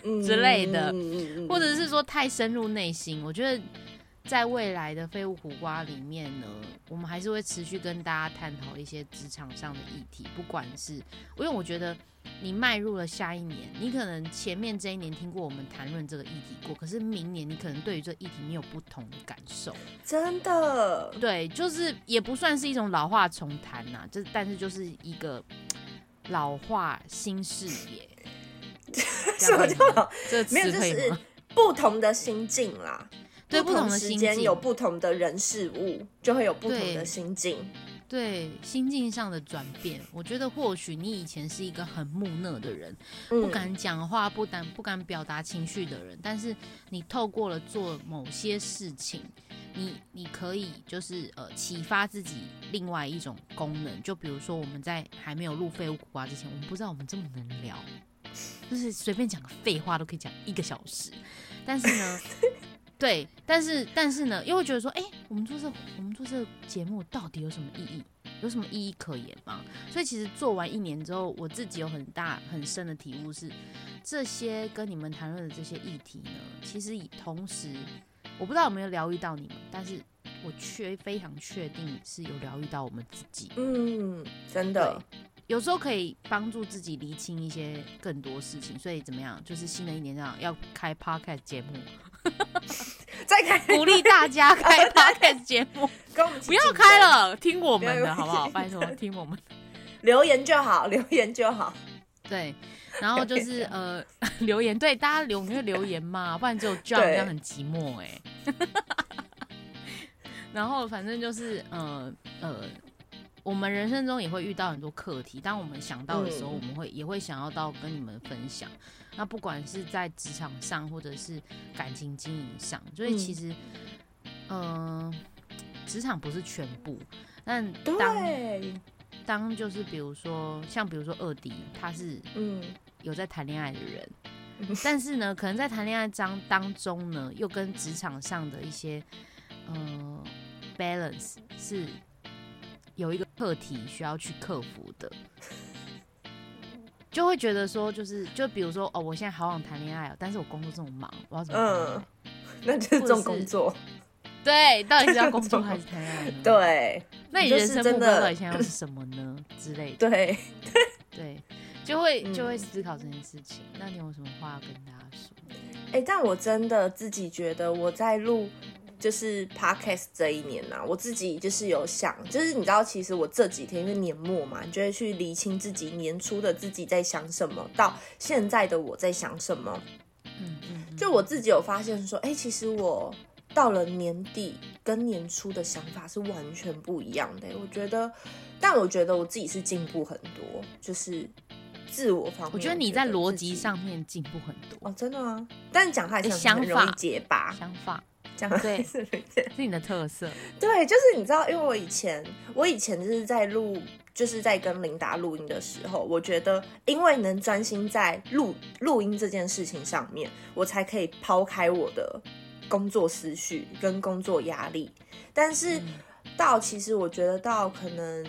Speaker 2: 嗯
Speaker 3: 之类的
Speaker 2: 嗯嗯嗯
Speaker 3: 或者是说太深入内心。我觉得在未来的废物苦瓜里面呢，我们还是会持续跟大家探讨一些职场上的议题，不管是因为我觉得你迈入了下一年，你可能前面这一年听过我们谈论这个议题过，可是明年你可能对于这议题你有不同的感受。
Speaker 2: 真的，
Speaker 3: 对，就是也不算是一种老话重谈呐、这但是就是一个老话新视 <laughs> 野。这
Speaker 2: 什
Speaker 3: 样
Speaker 2: 么
Speaker 3: 可以
Speaker 2: 叫
Speaker 3: 吗
Speaker 2: 老
Speaker 3: 这个
Speaker 2: 没有
Speaker 3: 词
Speaker 2: 就
Speaker 3: 可以
Speaker 2: 是
Speaker 3: 吗
Speaker 2: 不同的心境啦，
Speaker 3: 对
Speaker 2: 不
Speaker 3: 不同的
Speaker 2: 时
Speaker 3: 心
Speaker 2: 间
Speaker 3: 境
Speaker 2: 有不同的人事物，就会有不同
Speaker 3: 对
Speaker 2: 的心境。
Speaker 3: 对心境上的转变，我觉得或许你以前是一个很木讷的人，不
Speaker 2: 不
Speaker 3: 敢讲话，不敢不敢表达情绪的人，但是你透过了做某些事情，你你可以就是呃启发自己另外一种功能，就比如说我们在还没有录废物苦瓜之前，我们不知道我们这么能聊，就是随便讲个废话都可以讲一个小时，但是呢。对，但是但是呢，又会觉得说，哎、我们做这我们做这个节目到底有什么意义？有什么意义可言吗？所以其实做完一年之后，我自己有很大很深的体悟是，这些跟你们谈论的这些议题呢，其实以同时，我不知道有没有疗愈到你们，但是我确非常确定是有疗愈到我们自己。
Speaker 2: 嗯，真的，
Speaker 3: 有时候可以帮助自己厘清一些更多事情，所以怎么样？就是新的一年上要开 podcast 节目，
Speaker 2: 再开
Speaker 3: 鼓励大家 <laughs> 开 podcast 节目，
Speaker 2: 跟我们一起
Speaker 3: 不要
Speaker 2: 竞争
Speaker 3: 开，了，听我们
Speaker 2: 不要
Speaker 3: 的好不好？
Speaker 2: 有
Speaker 3: 拜托，听我们的
Speaker 2: 留言就好，留言就好。
Speaker 3: 对，然后就是呃 <laughs> 留言，对大家留因为留言嘛，不然
Speaker 2: <laughs>
Speaker 3: 只有 John
Speaker 2: 对
Speaker 3: 这样很寂寞哎、 <laughs> 然后反正就是呃呃，我们人生中也会遇到很多课题，当我们想到的时候，
Speaker 2: 嗯
Speaker 3: 我们会也会想要到跟你们分享。那不管是在职场上，或者是感情经营上，所以其实，嗯、职场不是全部，但当
Speaker 2: 对，
Speaker 3: 当就是比如说像比如说二迪，他是
Speaker 2: 嗯，
Speaker 3: 有在谈恋爱的
Speaker 2: <laughs>
Speaker 3: 人，但是呢，可能在谈恋爱当当中呢，又跟职场上的一些呃 balance 是有一个课题需要去克服的，就会觉得说，就是就比如说哦，我现在好想谈恋爱哦，但是我工作这么忙，我要怎么谈
Speaker 2: 嗯
Speaker 3: 恋爱？
Speaker 2: 那就是这种工作，
Speaker 3: 对，到底是要工
Speaker 2: <laughs>
Speaker 3: 作还是谈恋爱呢？，
Speaker 2: 对
Speaker 3: 那你
Speaker 2: 就
Speaker 3: 人
Speaker 2: 是
Speaker 3: 生
Speaker 2: 真
Speaker 3: 目标
Speaker 2: 的
Speaker 3: 到底现在又是什么呢？之类的，
Speaker 2: 对，
Speaker 3: 对，就会
Speaker 2: 嗯
Speaker 3: 就会思考这件事情。那你有什么话要跟大家说？嗯
Speaker 2: 哎、但我真的自己觉得我在录就是 podcast 这一年呐、我自己就是有想，就是你知道，其实我这几天因为年末嘛，你就会去厘清自己年初的自己在想什么，到现在的我在想什么。
Speaker 3: 嗯嗯，嗯
Speaker 2: 就我自己有发现说，哎、其实我到了年底跟年初的想法是完全不一样的欸、我觉得，但我觉得我自己是进步很多，就是自我方面。
Speaker 3: 我觉得你在逻
Speaker 2: 自
Speaker 3: 辑
Speaker 2: 己
Speaker 3: 上面进步很多，啊
Speaker 2: 哦，真的吗？但讲太
Speaker 3: 想
Speaker 2: 像很
Speaker 3: 法
Speaker 2: 容易结巴，
Speaker 3: 想法
Speaker 2: 讲话
Speaker 3: 对
Speaker 2: 是容易结
Speaker 3: 是你的特色。
Speaker 2: <laughs> 对，就是你知道，因为我以前，我以前就是在录，就是在跟琳达录音的时候，我觉得，因为能专心在录录音这件事情上面，我才可以抛开我的工作思绪跟工作压力。但是
Speaker 3: 嗯
Speaker 2: 到其实我觉得到可能，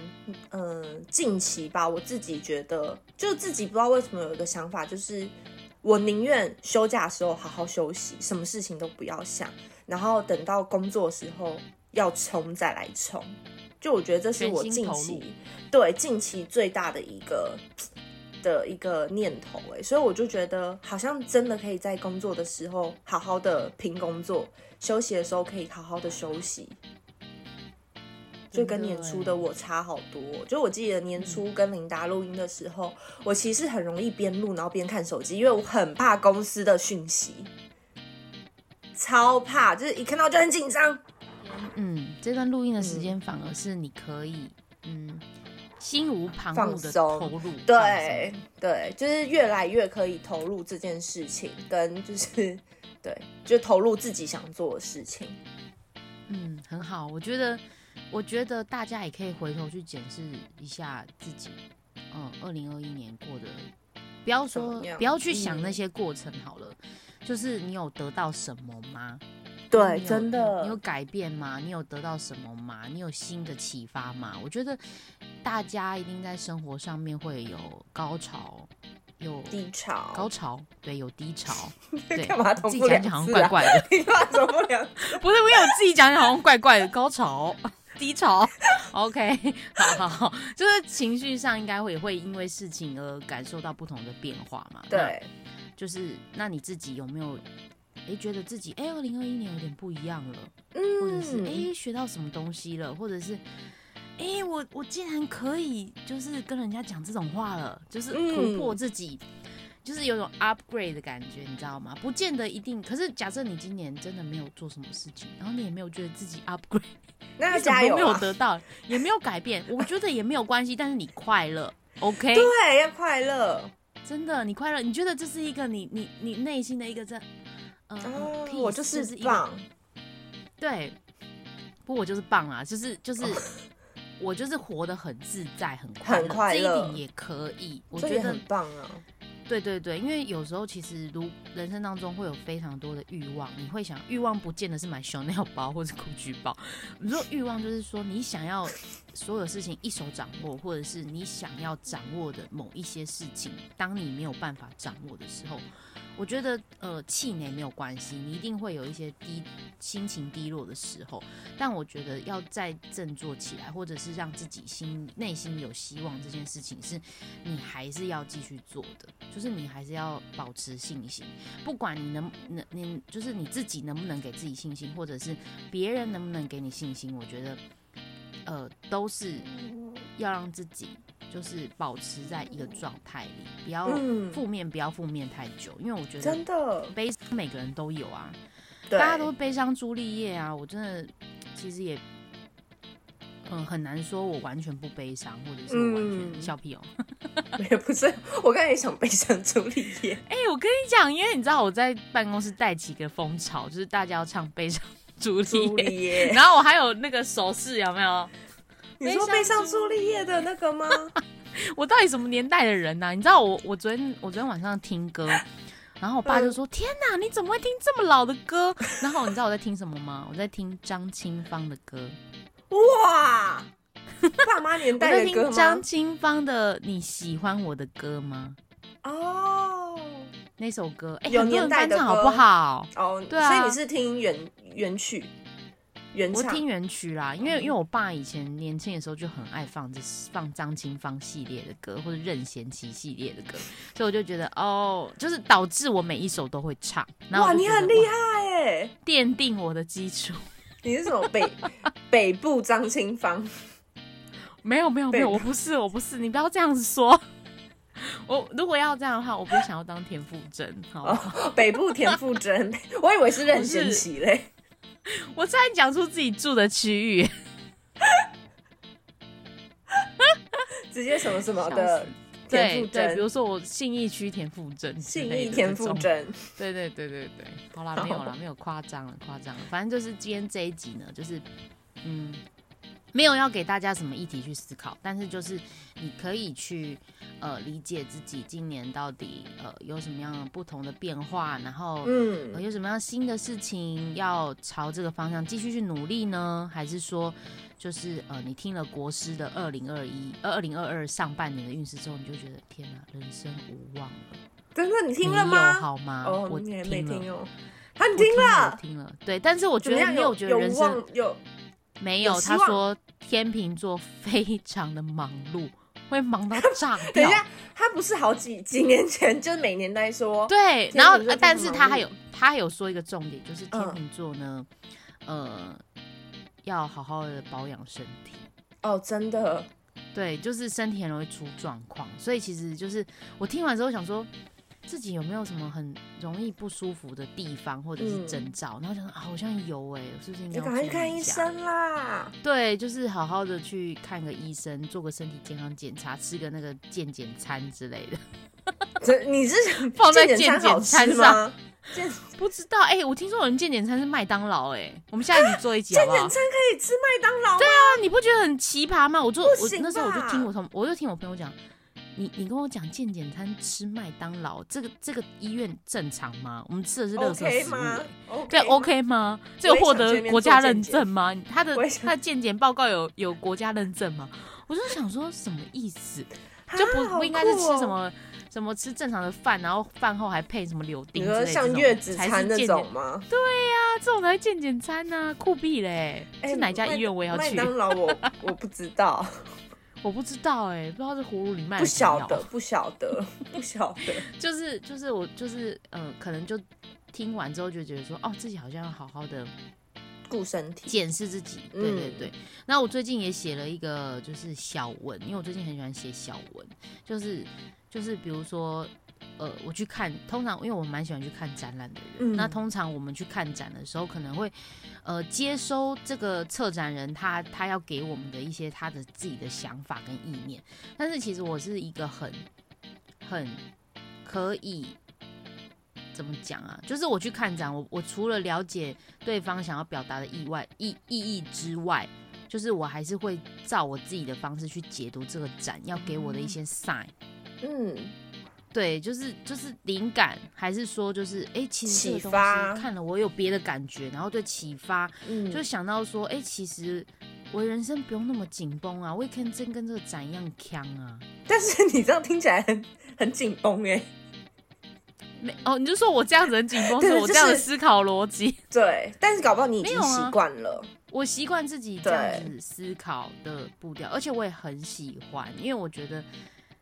Speaker 2: 嗯、近期吧，我自己觉得，就自己不知道为什么有一个想法，就是我宁愿休假的时候好好休息，什么事情都不要想，然后等到工作的时候要冲再来冲。就我觉得这是我
Speaker 3: 全心
Speaker 2: 近
Speaker 3: 投入
Speaker 2: 期对近期最大的一个的一个念头哎，所以我就觉得好像真的可以在工作的时候好好的拼工作，休息的时候可以好好的休息。就跟年初的我差好多哦、就我记得年初跟琳达录音的时候，我其实很容易边录然后边看手机，因为我很怕公司的讯息，超怕，就是一看到就很紧张。
Speaker 3: 嗯，这段录音的时间反而是你可以，嗯，心无旁骛的
Speaker 2: 放松
Speaker 3: 投入，
Speaker 2: 对对，就是越来越可以投入这件事情，跟就是 <laughs> 对，就投入自己想做的事情。
Speaker 3: 放松，嗯，很好。我觉得，我觉得大家也可以回头去检视一下自己，嗯，二零二一年过得，不要
Speaker 2: 怎
Speaker 3: 说
Speaker 2: 么样
Speaker 3: 不要去想
Speaker 2: 嗯
Speaker 3: 那些过程好了，就是你有得到什么吗？
Speaker 2: 对
Speaker 3: 你，有
Speaker 2: 真
Speaker 3: 你有你有
Speaker 2: 的，
Speaker 3: 改变吗？你有得到什么吗？你有新的启发吗？我觉得大家一定在生活上面会有高潮，有
Speaker 2: 低
Speaker 3: 高
Speaker 2: <laughs> 潮，
Speaker 3: 潮，对，有低潮，对，
Speaker 2: 干嘛
Speaker 3: 自
Speaker 2: 重
Speaker 3: 己
Speaker 2: 复
Speaker 3: 讲
Speaker 2: 两
Speaker 3: 讲好像
Speaker 2: 次
Speaker 3: 怪
Speaker 2: 啊？
Speaker 3: 怪的，
Speaker 2: <laughs>
Speaker 3: <laughs>
Speaker 2: 你干嘛重复两次？啊
Speaker 3: 不是，因为我自己讲讲好像怪怪的，高潮、低潮，OK，好好好，就是情绪上应该会会因为事情而感受到不同的变化嘛，那
Speaker 2: 对，
Speaker 3: 就是那你自己有没有？诶，觉得自己哎，二零二一年有点不一样了，或者是哎、
Speaker 2: 嗯，
Speaker 3: 诶学到什么东西了，或者是哎、诶我我竟然可以就是跟人家讲这种话了，就是突破
Speaker 2: 嗯
Speaker 3: 自己，就是有种 upgrade 的感觉，你知道吗？不见得一定。可是假设你今年真的没有做什么事情，然后你也没有觉得自己 upgrade，
Speaker 2: 那要
Speaker 3: 你什么
Speaker 2: 加
Speaker 3: 都
Speaker 2: 油
Speaker 3: 没有
Speaker 2: 啊！
Speaker 3: 得到，也没有改变，我觉得也没有关系，但是你快乐。OK，
Speaker 2: <laughs> 对，要快乐。
Speaker 3: 真的，你快乐，你觉得这是一个你你你内心的一个这，呃，呃
Speaker 2: 哦，
Speaker 3: peace，
Speaker 2: 我
Speaker 3: 就
Speaker 2: 就
Speaker 3: 是一个
Speaker 2: 棒，
Speaker 3: 对，不过我就是棒啦，就是就是 <laughs> 我就是活得很自在，很快乐，
Speaker 2: 哦很快乐
Speaker 3: 这一点也可以。我
Speaker 2: 这
Speaker 3: 觉
Speaker 2: 也
Speaker 3: 得
Speaker 2: 很棒啊。
Speaker 3: 对对对，因为有时候其实如人生当中会有非常多的欲望，你会想欲望不见得是买 Chanel 包或者 GUCCI 包，你说欲望就是说你想要所有事情一手掌握，或者是你想要掌握的某一些事情，当你没有办法掌握的时候，我觉得呃气馁没有关系，你一定会有一些低心情低落的时候，但我觉得要再振作起来，或者是让自己心内心有希望这件事情是你还是要继续做的，就是你还是要保持信心，不管你能能你就是你自己能不能给自己信心，或者是别人能不能给你信心，我觉得呃都是要让自己就是保持在一个状态里，不要
Speaker 2: 嗯
Speaker 3: 负面，不要负面太久，因为我觉得
Speaker 2: 真的，
Speaker 3: 悲伤每个人都有啊，
Speaker 2: 对，
Speaker 3: 大家都悲伤朱丽叶啊，我真的其实也。嗯，很难说我完全不悲伤，或者是我完全
Speaker 2: 嗯
Speaker 3: 笑屁哦。 <laughs>
Speaker 2: 也不是，我刚才也想悲伤朱丽
Speaker 3: <laughs>
Speaker 2: 叶，
Speaker 3: 哎、我跟你讲，因为你知道我在办公室带起一个风潮，就是大家要唱《悲伤朱丽
Speaker 2: 朱
Speaker 3: 叶》，
Speaker 2: 丽叶，
Speaker 3: <laughs> 然后我还有那个手势，有没有？
Speaker 2: 你说
Speaker 3: 悲
Speaker 2: 悲
Speaker 3: 伤
Speaker 2: 伤
Speaker 3: 朱
Speaker 2: 朱丽叶的那个吗？
Speaker 3: 我到底什么年代的人啊呐、你知道我，我昨天我昨天晚上听
Speaker 2: <laughs>
Speaker 3: 歌，然后我爸就说：“天哪，你怎么会听这么老的歌？” <laughs> 然后你知道我在听什么吗？我在听张清芳的歌，
Speaker 2: 哇，爸妈
Speaker 3: <laughs>
Speaker 2: 年
Speaker 3: 我
Speaker 2: 代
Speaker 3: 在
Speaker 2: 的歌
Speaker 3: 听
Speaker 2: 吗
Speaker 3: 张？清芳的《你喜欢我的歌吗》
Speaker 2: 哦
Speaker 3: 那首歌，哎、
Speaker 2: 有
Speaker 3: 很多人
Speaker 2: 年代
Speaker 3: 翻
Speaker 2: 的
Speaker 3: 唱好不
Speaker 2: 歌
Speaker 3: 好？
Speaker 2: 哦，
Speaker 3: 对啊
Speaker 2: 所以你是听原原曲原
Speaker 3: 我
Speaker 2: 唱？
Speaker 3: 听原曲啦，因为
Speaker 2: 嗯
Speaker 3: 因为我爸以前年轻的时候就很爱放这放张清芳系列的歌或者任贤齐系列的歌，所以我就觉得哦，就是导致我每一首都会唱。然后
Speaker 2: 哇，
Speaker 3: 我就
Speaker 2: 你
Speaker 3: 觉得
Speaker 2: 很厉
Speaker 3: 哇，
Speaker 2: 害哎！
Speaker 3: 奠定我的基础。 <laughs>
Speaker 2: 你是什么北北部张清芳？ <laughs>
Speaker 3: 没有没有没
Speaker 2: 被
Speaker 3: 有，我不是我不是，你不要这样子说。 <laughs> 我如果要这样的话，我不想要当田馥甄，好不好 <laughs>
Speaker 2: <laughs> 哦，北部田馥甄，我以为是任贤齐嘞。
Speaker 3: 我差点讲出自己住的区域，
Speaker 2: 直接什么什么
Speaker 3: 笑
Speaker 2: 的
Speaker 3: 死 <laughs> 对对，
Speaker 2: 田馥
Speaker 3: 比
Speaker 2: 甄，
Speaker 3: 如说我信义区田馥甄之类
Speaker 2: 信
Speaker 3: 的那种，
Speaker 2: 义田馥甄，
Speaker 3: 对对对对对，好啦，
Speaker 2: 好
Speaker 3: 没有
Speaker 2: <laughs>
Speaker 3: 啦，没有夸张了，夸张了，反正就是今天这一集呢，就是嗯，没有要给大家什么议题去思考，但是就是你可以去呃理解自己今年到底呃有什么样不同的变化，然后。呃
Speaker 2: 嗯，
Speaker 3: 有什么样新的事情要朝这个方向继续去努力呢？还是说，就是呃，你听了国师的二零二一、二零二二上半年的运势之后，你就觉得天哪，人生无望了？
Speaker 2: 真的你听
Speaker 3: 没
Speaker 2: 了
Speaker 3: 有
Speaker 2: 吗？
Speaker 3: 好吗？
Speaker 2: 哦，
Speaker 3: 我
Speaker 2: 你也
Speaker 3: 听
Speaker 2: 没
Speaker 3: 了，
Speaker 2: 听哦，啊，
Speaker 3: 我
Speaker 2: 你听
Speaker 3: 了
Speaker 2: 了，？
Speaker 3: 听了。对，但是我觉
Speaker 2: 怎么
Speaker 3: 得
Speaker 2: 样？
Speaker 3: 你有
Speaker 2: 有
Speaker 3: 觉得人生
Speaker 2: 望有
Speaker 3: 没
Speaker 2: 有
Speaker 3: 有？
Speaker 2: 希
Speaker 3: 他
Speaker 2: 望
Speaker 3: 说天秤座非常的忙碌，会忙到
Speaker 2: <laughs>
Speaker 3: 炸掉。
Speaker 2: 等一下，他不是好几几年前，就是每年在说，
Speaker 3: 对，
Speaker 2: 天
Speaker 3: 然后
Speaker 2: 秤座
Speaker 3: 呃但
Speaker 2: 非
Speaker 3: 是
Speaker 2: 常
Speaker 3: 他
Speaker 2: 忙
Speaker 3: 还
Speaker 2: 碌
Speaker 3: 有他还有说一个重点，就是天
Speaker 2: 嗯
Speaker 3: 秤座呢，呃，要好好的保养身体。
Speaker 2: 哦，真的，
Speaker 3: 对，就是身体很容易出状况，所以其实就是我听完之后想说，自己有没有什么很容易不舒服的地方或者是
Speaker 2: 嗯
Speaker 3: 征兆，然后想说啊好像有哎、我是不是应该要
Speaker 2: 你赶快去
Speaker 3: 注
Speaker 2: 看
Speaker 3: 意一
Speaker 2: 医
Speaker 3: 下？
Speaker 2: 生啦。
Speaker 3: 对，就是好好的去看个医生，做个身体健康检查，吃个那个健检餐之类的。 <laughs>
Speaker 2: 这你是想
Speaker 3: 放在
Speaker 2: 健
Speaker 3: 健
Speaker 2: 餐好
Speaker 3: 检餐
Speaker 2: 吃吗？健
Speaker 3: 不知道哎、我听说有人健检餐是麦当劳哎、我们下一集做一集好
Speaker 2: 健
Speaker 3: 不好？
Speaker 2: 检餐可以吃麦当劳吗？
Speaker 3: 那你不觉得很奇葩吗？我就
Speaker 2: 不
Speaker 3: 我
Speaker 2: 行吧
Speaker 3: 那时候我就听我同我就听我朋友讲，你你跟我讲健检餐吃麦当劳，这个这个医院正常吗？我们吃的是垃
Speaker 2: OK
Speaker 3: 圾食物、
Speaker 2: 吗
Speaker 3: 欸？
Speaker 2: ？OK
Speaker 3: 对
Speaker 2: 吗
Speaker 3: OK 吗？这有获得国家认证吗？他的
Speaker 2: 我也想
Speaker 3: 他的健检报告有有国家认证吗？我就想说什么意思？
Speaker 2: 啊
Speaker 3: 就不、
Speaker 2: 好
Speaker 3: 不应该是
Speaker 2: 酷
Speaker 3: 吃
Speaker 2: 哦
Speaker 3: 什么什么吃正常的饭，然后饭后还配什么柳丁
Speaker 2: 你
Speaker 3: 之类的
Speaker 2: 说
Speaker 3: 这
Speaker 2: 像
Speaker 3: 种
Speaker 2: 月子
Speaker 3: 才
Speaker 2: 餐
Speaker 3: 是
Speaker 2: 那
Speaker 3: 健
Speaker 2: 种
Speaker 3: 检
Speaker 2: 吗？
Speaker 3: 啊，这种才是健检餐呐、酷毙嘞！
Speaker 2: 哎
Speaker 3: 是哪一家医院我也要
Speaker 2: 麦
Speaker 3: 去？
Speaker 2: 麦当劳
Speaker 3: <laughs>
Speaker 2: 我我不知道，
Speaker 3: 我不知道哎、不知道是葫芦里卖
Speaker 2: 不
Speaker 3: 的什么
Speaker 2: 晓
Speaker 3: 药
Speaker 2: 得，，不晓得， <laughs> 不晓得。
Speaker 3: 就是就是我就是呃，可能就听完之后就觉得说，哦，自己好像要好好的
Speaker 2: 顾身体，
Speaker 3: 检视自己，对对对。那我最近也写了一个就是小文，因为我最近很喜欢写小文，就是就是比如说。呃，我去看，通常因为我蛮喜欢去看展览的人，
Speaker 2: 嗯
Speaker 3: 那通常我们去看展的时候，可能会呃接收这个策展人他他要给我们的一些他的自己的想法跟意念，但是其实我是一个很很可以怎么讲啊？就是我去看展，我我除了了解对方想要表达的意外意意义之外，就是我还是会照我自己的方式去解读这个展要给我的一些 sign。
Speaker 2: 嗯，
Speaker 3: 对，就是就是灵感，还是说就是哎、诶其实这个
Speaker 2: 启
Speaker 3: 东
Speaker 2: 发
Speaker 3: 西看了我有别的感觉，然后对启发，
Speaker 2: 嗯
Speaker 3: 就想到说，哎、其实我人生不用那么紧绷啊，我也可以真跟这个展一样强啊。
Speaker 2: 但是你这样听起来很很紧绷哎，
Speaker 3: 没哦，你就说我这样子很紧 <laughs> 绷，
Speaker 2: 对
Speaker 3: 是我这样的
Speaker 2: 就是
Speaker 3: 思考逻辑。
Speaker 2: 对，但是搞不好你已
Speaker 3: 没
Speaker 2: 经
Speaker 3: 有啊
Speaker 2: 习惯了，
Speaker 3: 我习惯自己这样子思考的步调，而且我也很喜欢，因为我觉得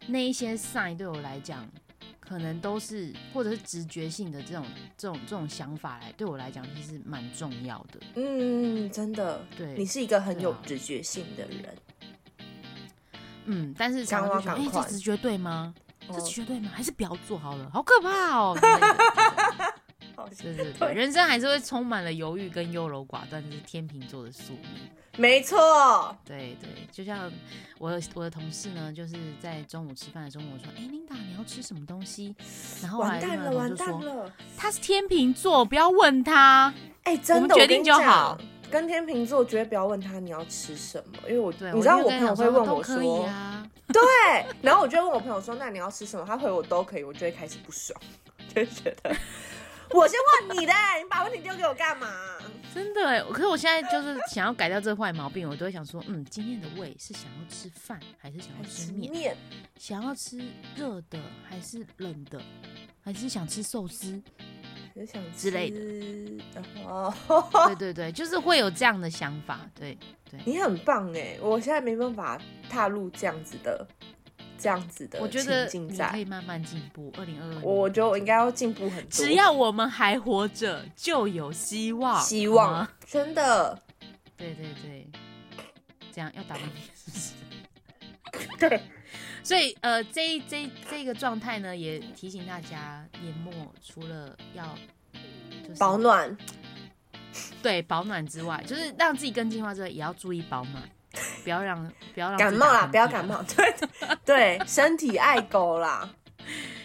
Speaker 3: 那一些 sign 对我来讲，可能都是或者是直觉性的这种这种这种想法来对我来讲，其实蛮重要的。
Speaker 2: 嗯，真的，
Speaker 3: 对，
Speaker 2: 你是一个很有
Speaker 3: 对啊
Speaker 2: 直觉性的人，
Speaker 3: 嗯，但是常常就觉
Speaker 2: 赶
Speaker 3: 得，哎、
Speaker 2: 快
Speaker 3: 这直觉对吗？
Speaker 2: <laughs> 哦
Speaker 3: 这直觉对吗？还是不要做好了，好可怕哦。之类
Speaker 2: <laughs>
Speaker 3: 的
Speaker 2: 好像
Speaker 3: 对对对，人生还是会充满了犹豫跟优柔寡断，这是天秤座的宿命。
Speaker 2: 没错，
Speaker 3: 对对，就像我的我的同事呢，就是在中午吃饭的时候，我说：“哎、琳达，你要吃什么东西？”然后后来
Speaker 2: 完
Speaker 3: 另
Speaker 2: 蛋
Speaker 3: 外
Speaker 2: 了，
Speaker 3: 一
Speaker 2: 完
Speaker 3: 个同事
Speaker 2: 蛋
Speaker 3: 就说
Speaker 2: 了。：“
Speaker 3: 他是天秤座，不要问他。
Speaker 2: 哎、真的，
Speaker 3: 我们
Speaker 2: 我
Speaker 3: 决定
Speaker 2: 跟你
Speaker 3: 就
Speaker 2: 讲
Speaker 3: 好。
Speaker 2: 跟天秤座绝对不要问他你要吃什么，因为我”
Speaker 3: 对，
Speaker 2: 你知道
Speaker 3: 就
Speaker 2: 我
Speaker 3: 跟他
Speaker 2: 朋友
Speaker 3: 讲
Speaker 2: 会
Speaker 3: 说
Speaker 2: 问
Speaker 3: 都
Speaker 2: 我说，
Speaker 3: 可以啊，
Speaker 2: 对，然后我就问我朋友说，那你要吃什么？他回我都可以，我就会开始不爽， <laughs> 就觉
Speaker 3: <laughs>
Speaker 2: 得我先问你的，你把问题丢给我干嘛？
Speaker 3: 真的哎。可是我现在就是想要改掉这个坏毛病，我都会想说，嗯，今天的胃是想要吃饭还是想要吃面？
Speaker 2: 面
Speaker 3: 想要吃热的还是冷的？还是想吃寿
Speaker 2: <laughs>
Speaker 3: 司？
Speaker 2: 很想
Speaker 3: 之类的
Speaker 2: 的，然后
Speaker 3: 对对对，就是会有这样的想法。对对，
Speaker 2: 你很棒哎，我现在没办法踏入这样子的这样子的
Speaker 3: 我觉
Speaker 2: 情
Speaker 3: 得
Speaker 2: 境
Speaker 3: 你
Speaker 2: 在
Speaker 3: 可以慢慢进步。二零二二，
Speaker 2: 我我觉得我应该要进步很多，
Speaker 3: 只要我们还活着，就有希望。
Speaker 2: 希
Speaker 3: 好
Speaker 2: 望
Speaker 3: 吗 <laughs>
Speaker 2: 真的。
Speaker 3: 对对对，这样要打扮你是不是？
Speaker 2: 对，
Speaker 3: 所以呃，这一这一这个状态呢，也提醒大家，年末除了要就是
Speaker 2: 保暖，
Speaker 3: 对保暖之外，就是让自己更进化之外，也要注意保暖，不要让不要让
Speaker 2: 感
Speaker 3: 自己
Speaker 2: 冒啦，
Speaker 3: 打喷嚏
Speaker 2: 不要感，冒， <laughs> 对对，身体爱狗啦，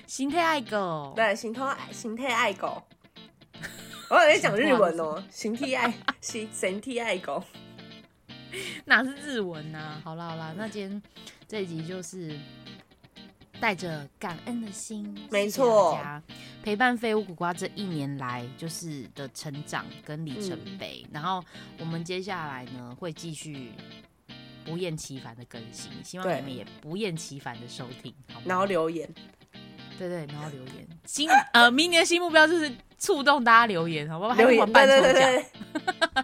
Speaker 3: 心态爱狗，
Speaker 2: 对，形态爱形态爱狗。我有在讲日文哦，形体爱形形体爱狗，
Speaker 3: 哪是日文呐、好啦好啦，那今天这一集就是带着感恩的心，
Speaker 2: 没
Speaker 3: 谢谢
Speaker 2: 错
Speaker 3: 大家陪伴废物苦瓜这一年来就是的成长跟里程
Speaker 2: 嗯
Speaker 3: 碑。然后我们接下来呢会继续不厌其烦的更新，希望
Speaker 2: 对
Speaker 3: 你们也不厌其烦的收听，好吗
Speaker 2: 然后留言，
Speaker 3: 对对，然后留言新呃明年新目标就是触动大家留言，好不好？还有
Speaker 2: 留
Speaker 3: 我们
Speaker 2: 言，
Speaker 3: 办
Speaker 2: 对
Speaker 3: 抽
Speaker 2: 对对
Speaker 3: 奖。
Speaker 2: 对，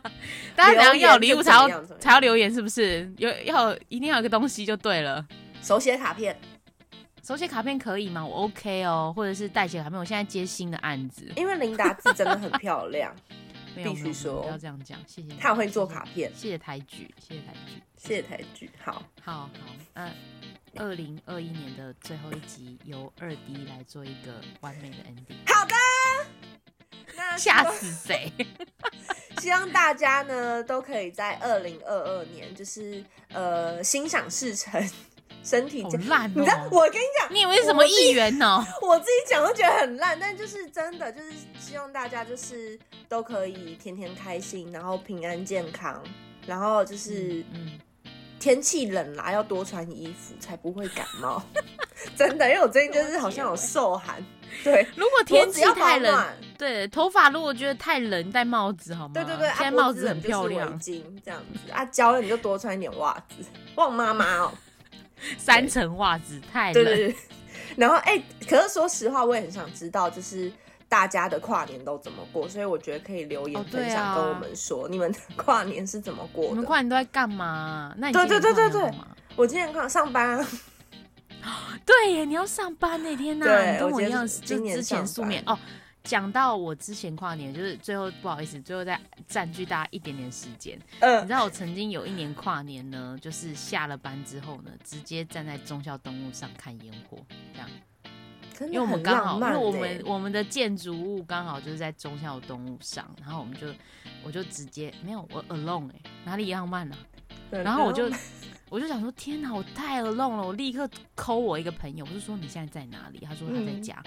Speaker 3: 大家怎样要有礼物才
Speaker 2: 留言
Speaker 3: 要
Speaker 2: 就怎么样怎么样
Speaker 3: 才要留言，是不是？有要有一定要有一个东西就对了。
Speaker 2: 手写卡片，
Speaker 3: 手写卡片可以吗？我 OK 哦，或者是代写卡片。我现在接新的案子，
Speaker 2: 因为琳达字真的很漂亮，
Speaker 3: 没有
Speaker 2: 必须
Speaker 3: 没有
Speaker 2: 说
Speaker 3: 不要这样讲，谢谢你。
Speaker 2: 她很会做卡片，
Speaker 3: 谢谢台剧，谢谢台剧，
Speaker 2: 谢谢台剧，好，
Speaker 3: 好好，那二零二一年的最后一集由二 D 来做一个完美的 ending，
Speaker 2: 那
Speaker 3: 吓死谁？ <laughs>
Speaker 2: 希望大家呢都可以在二零二二年，就是呃心想事成，身体
Speaker 3: 好
Speaker 2: 健。
Speaker 3: 烂
Speaker 2: 你知道，
Speaker 3: 哦！
Speaker 2: 我跟你讲，
Speaker 3: 你以为是什么议员哦？
Speaker 2: 我自己讲都觉得很烂，但就是真的，就是希望大家就是都可以天天开心，然后平安健康，然后就是
Speaker 3: 嗯，
Speaker 2: 天气冷啦，要多穿衣服才不会感冒。 <laughs> 真的，因为我最近就是好像有受寒，对，
Speaker 3: 如果天
Speaker 2: 脖子
Speaker 3: 气
Speaker 2: 要
Speaker 3: 太
Speaker 2: 保
Speaker 3: 冷，
Speaker 2: 暖，
Speaker 3: 对头发如果觉得太冷，戴帽子好吗？
Speaker 2: 对对对，
Speaker 3: 现在
Speaker 2: 啊
Speaker 3: 帽
Speaker 2: 脖
Speaker 3: 子很
Speaker 2: 冷
Speaker 3: 漂
Speaker 2: 就
Speaker 3: 亮，
Speaker 2: 是围巾这样子啊，脚冷你就多穿一点袜子，忘妈妈
Speaker 3: <laughs>
Speaker 2: 哦。
Speaker 3: 三层袜子太
Speaker 2: 对
Speaker 3: 冷。
Speaker 2: 对对。 <laughs> 然后哎、可是说实话，我也很想知道，就是大家的跨年都怎么过，所以我觉得可以留言
Speaker 3: 哦对啊
Speaker 2: 分享跟我们说，你们的跨年是怎么过
Speaker 3: 你
Speaker 2: 的？
Speaker 3: 们跨年都在干嘛？那你
Speaker 2: 对
Speaker 3: 今年
Speaker 2: 对对
Speaker 3: 跨年
Speaker 2: 对对
Speaker 3: 干嘛
Speaker 2: 我今天刚上班、啊， <laughs>
Speaker 3: 对耶，你要上班那天呐、
Speaker 2: 对
Speaker 3: 你跟
Speaker 2: 我
Speaker 3: 我
Speaker 2: 今
Speaker 3: 一样，
Speaker 2: 天
Speaker 3: 就
Speaker 2: 今年
Speaker 3: 之前
Speaker 2: 上
Speaker 3: 素面哦。讲到我之前跨年，就是最后不好意思，最后再占据大家一点点时
Speaker 2: <laughs>
Speaker 3: 间。你
Speaker 2: 嗯
Speaker 3: 知，道我曾经有一年跨年呢，就是下了班之后呢，直接站在忠孝东路上看烟火，这样，
Speaker 2: 真
Speaker 3: 因为
Speaker 2: 的
Speaker 3: 我们
Speaker 2: 很
Speaker 3: 刚
Speaker 2: 浪
Speaker 3: 好，
Speaker 2: 漫、欸。
Speaker 3: 因为我们我们的建筑物刚好就是在忠孝东路上，然后我们就我就直接没有我 alone 哎、哪里浪漫啊？
Speaker 2: 对
Speaker 3: 然后我就 <laughs> 我就想说，天哪，我太 alone 了！我立刻抠我一个朋友，我就说你现在在哪里？他说他在
Speaker 2: 嗯
Speaker 3: 家。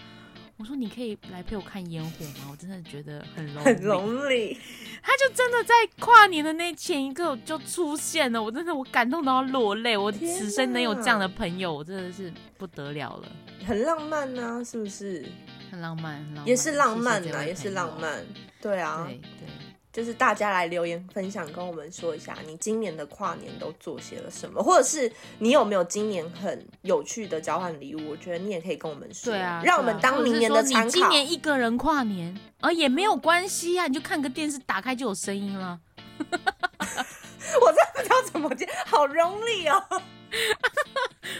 Speaker 3: 我说你可以来陪我看烟火吗？我真的觉得
Speaker 2: <laughs>
Speaker 3: 很 lonely。
Speaker 2: 很 lonely，
Speaker 3: 他就真的在跨年的那前一刻就出现了，我真的我感动到落泪。我
Speaker 2: 天
Speaker 3: 此生能有这样的
Speaker 2: 哪
Speaker 3: 朋友，我真的是不得了了，
Speaker 2: 很浪漫呐、是不是？
Speaker 3: 很浪漫，很浪漫，
Speaker 2: 也是浪漫
Speaker 3: 谢谢这
Speaker 2: 呐、
Speaker 3: 位
Speaker 2: 也是
Speaker 3: 朋友
Speaker 2: 浪。漫。对啊，
Speaker 3: 对对，
Speaker 2: 就是大家来留言分享，跟我们说一下你今年的跨年都做些了什么，或者是你有没有今年很有趣的交换礼物？我觉得你也可以跟我们说，
Speaker 3: 对啊，
Speaker 2: 让我
Speaker 3: 对啊
Speaker 2: 们当明年
Speaker 3: 或
Speaker 2: 的
Speaker 3: 者是说
Speaker 2: 参
Speaker 3: 你
Speaker 2: 考。
Speaker 3: 今年一个人跨年啊也没有关系啊，你就看个电视，打开就有声音了。
Speaker 2: 我真的不知道怎么接，好容易
Speaker 3: <laughs>
Speaker 2: 哦。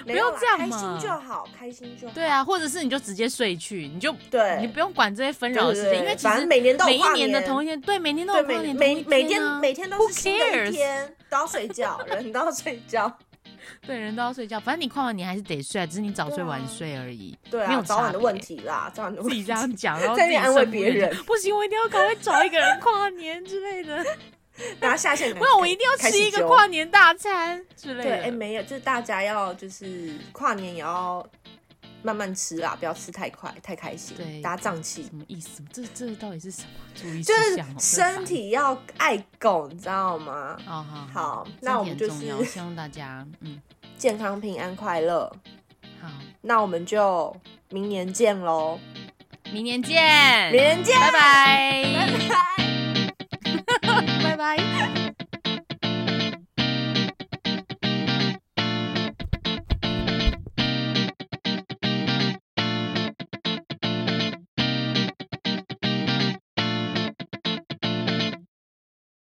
Speaker 2: 没有啦
Speaker 3: 不要这样
Speaker 2: 开
Speaker 3: 嘛
Speaker 2: 心就好，开心就好。
Speaker 3: 对啊，或者是你就直接睡去，你就
Speaker 2: 对
Speaker 3: 你不用管这些纷扰的事情，
Speaker 2: 对对对
Speaker 3: 因为其
Speaker 2: 反
Speaker 3: 实
Speaker 2: 正每年都有
Speaker 3: 每一
Speaker 2: 跨
Speaker 3: 年的
Speaker 2: 年
Speaker 3: 同一天，对，每年都
Speaker 2: 对
Speaker 3: 有跨
Speaker 2: 每
Speaker 3: 年
Speaker 2: 每每天
Speaker 3: 啊
Speaker 2: 每天都
Speaker 3: Who
Speaker 2: 是新的
Speaker 3: cares？
Speaker 2: 一天，都要睡觉，人都要睡觉。
Speaker 3: 对人都要睡觉，反正你跨完年还是得睡啊，只是你早睡
Speaker 2: 对啊
Speaker 3: 晚睡而已，
Speaker 2: 对
Speaker 3: 没
Speaker 2: 啊
Speaker 3: 有，
Speaker 2: 早晚的
Speaker 3: 差别
Speaker 2: 问。题啦，早晚的问
Speaker 3: 自己
Speaker 2: 题
Speaker 3: 这。样讲，然后
Speaker 2: 在
Speaker 3: 自己
Speaker 2: 那安慰
Speaker 3: 生
Speaker 2: 别人
Speaker 3: 气，不行，我一定要赶快找一个人跨年之类
Speaker 2: <laughs>
Speaker 3: 的，
Speaker 2: 大家下线赶
Speaker 3: 不
Speaker 2: 快，
Speaker 3: 然我一定要
Speaker 2: 开
Speaker 3: 吃
Speaker 2: 始
Speaker 3: 一个
Speaker 2: 揪
Speaker 3: 跨年大餐之类
Speaker 2: 对，哎、
Speaker 3: 的。
Speaker 2: 没有，就是大家要就是跨年也要慢慢吃啦，不要吃太快，太开心，
Speaker 3: 对
Speaker 2: 大家胀气
Speaker 3: 什。么意思？这这到底是什么注意
Speaker 2: 就
Speaker 3: 事
Speaker 2: 是
Speaker 3: 项哦？真的
Speaker 2: 身
Speaker 3: 烦
Speaker 2: 体要爱狗，你知道吗？
Speaker 3: 哦好好
Speaker 2: 好那我们
Speaker 3: 嗯身体很
Speaker 2: 就是
Speaker 3: 重要，希望大家嗯
Speaker 2: <laughs> 健康、平安、快乐。
Speaker 3: 好，
Speaker 2: 那我们就明年见喽，
Speaker 3: 明年见，
Speaker 2: 明年见，
Speaker 3: 拜拜，
Speaker 2: 拜拜。
Speaker 3: <laughs> 拜拜。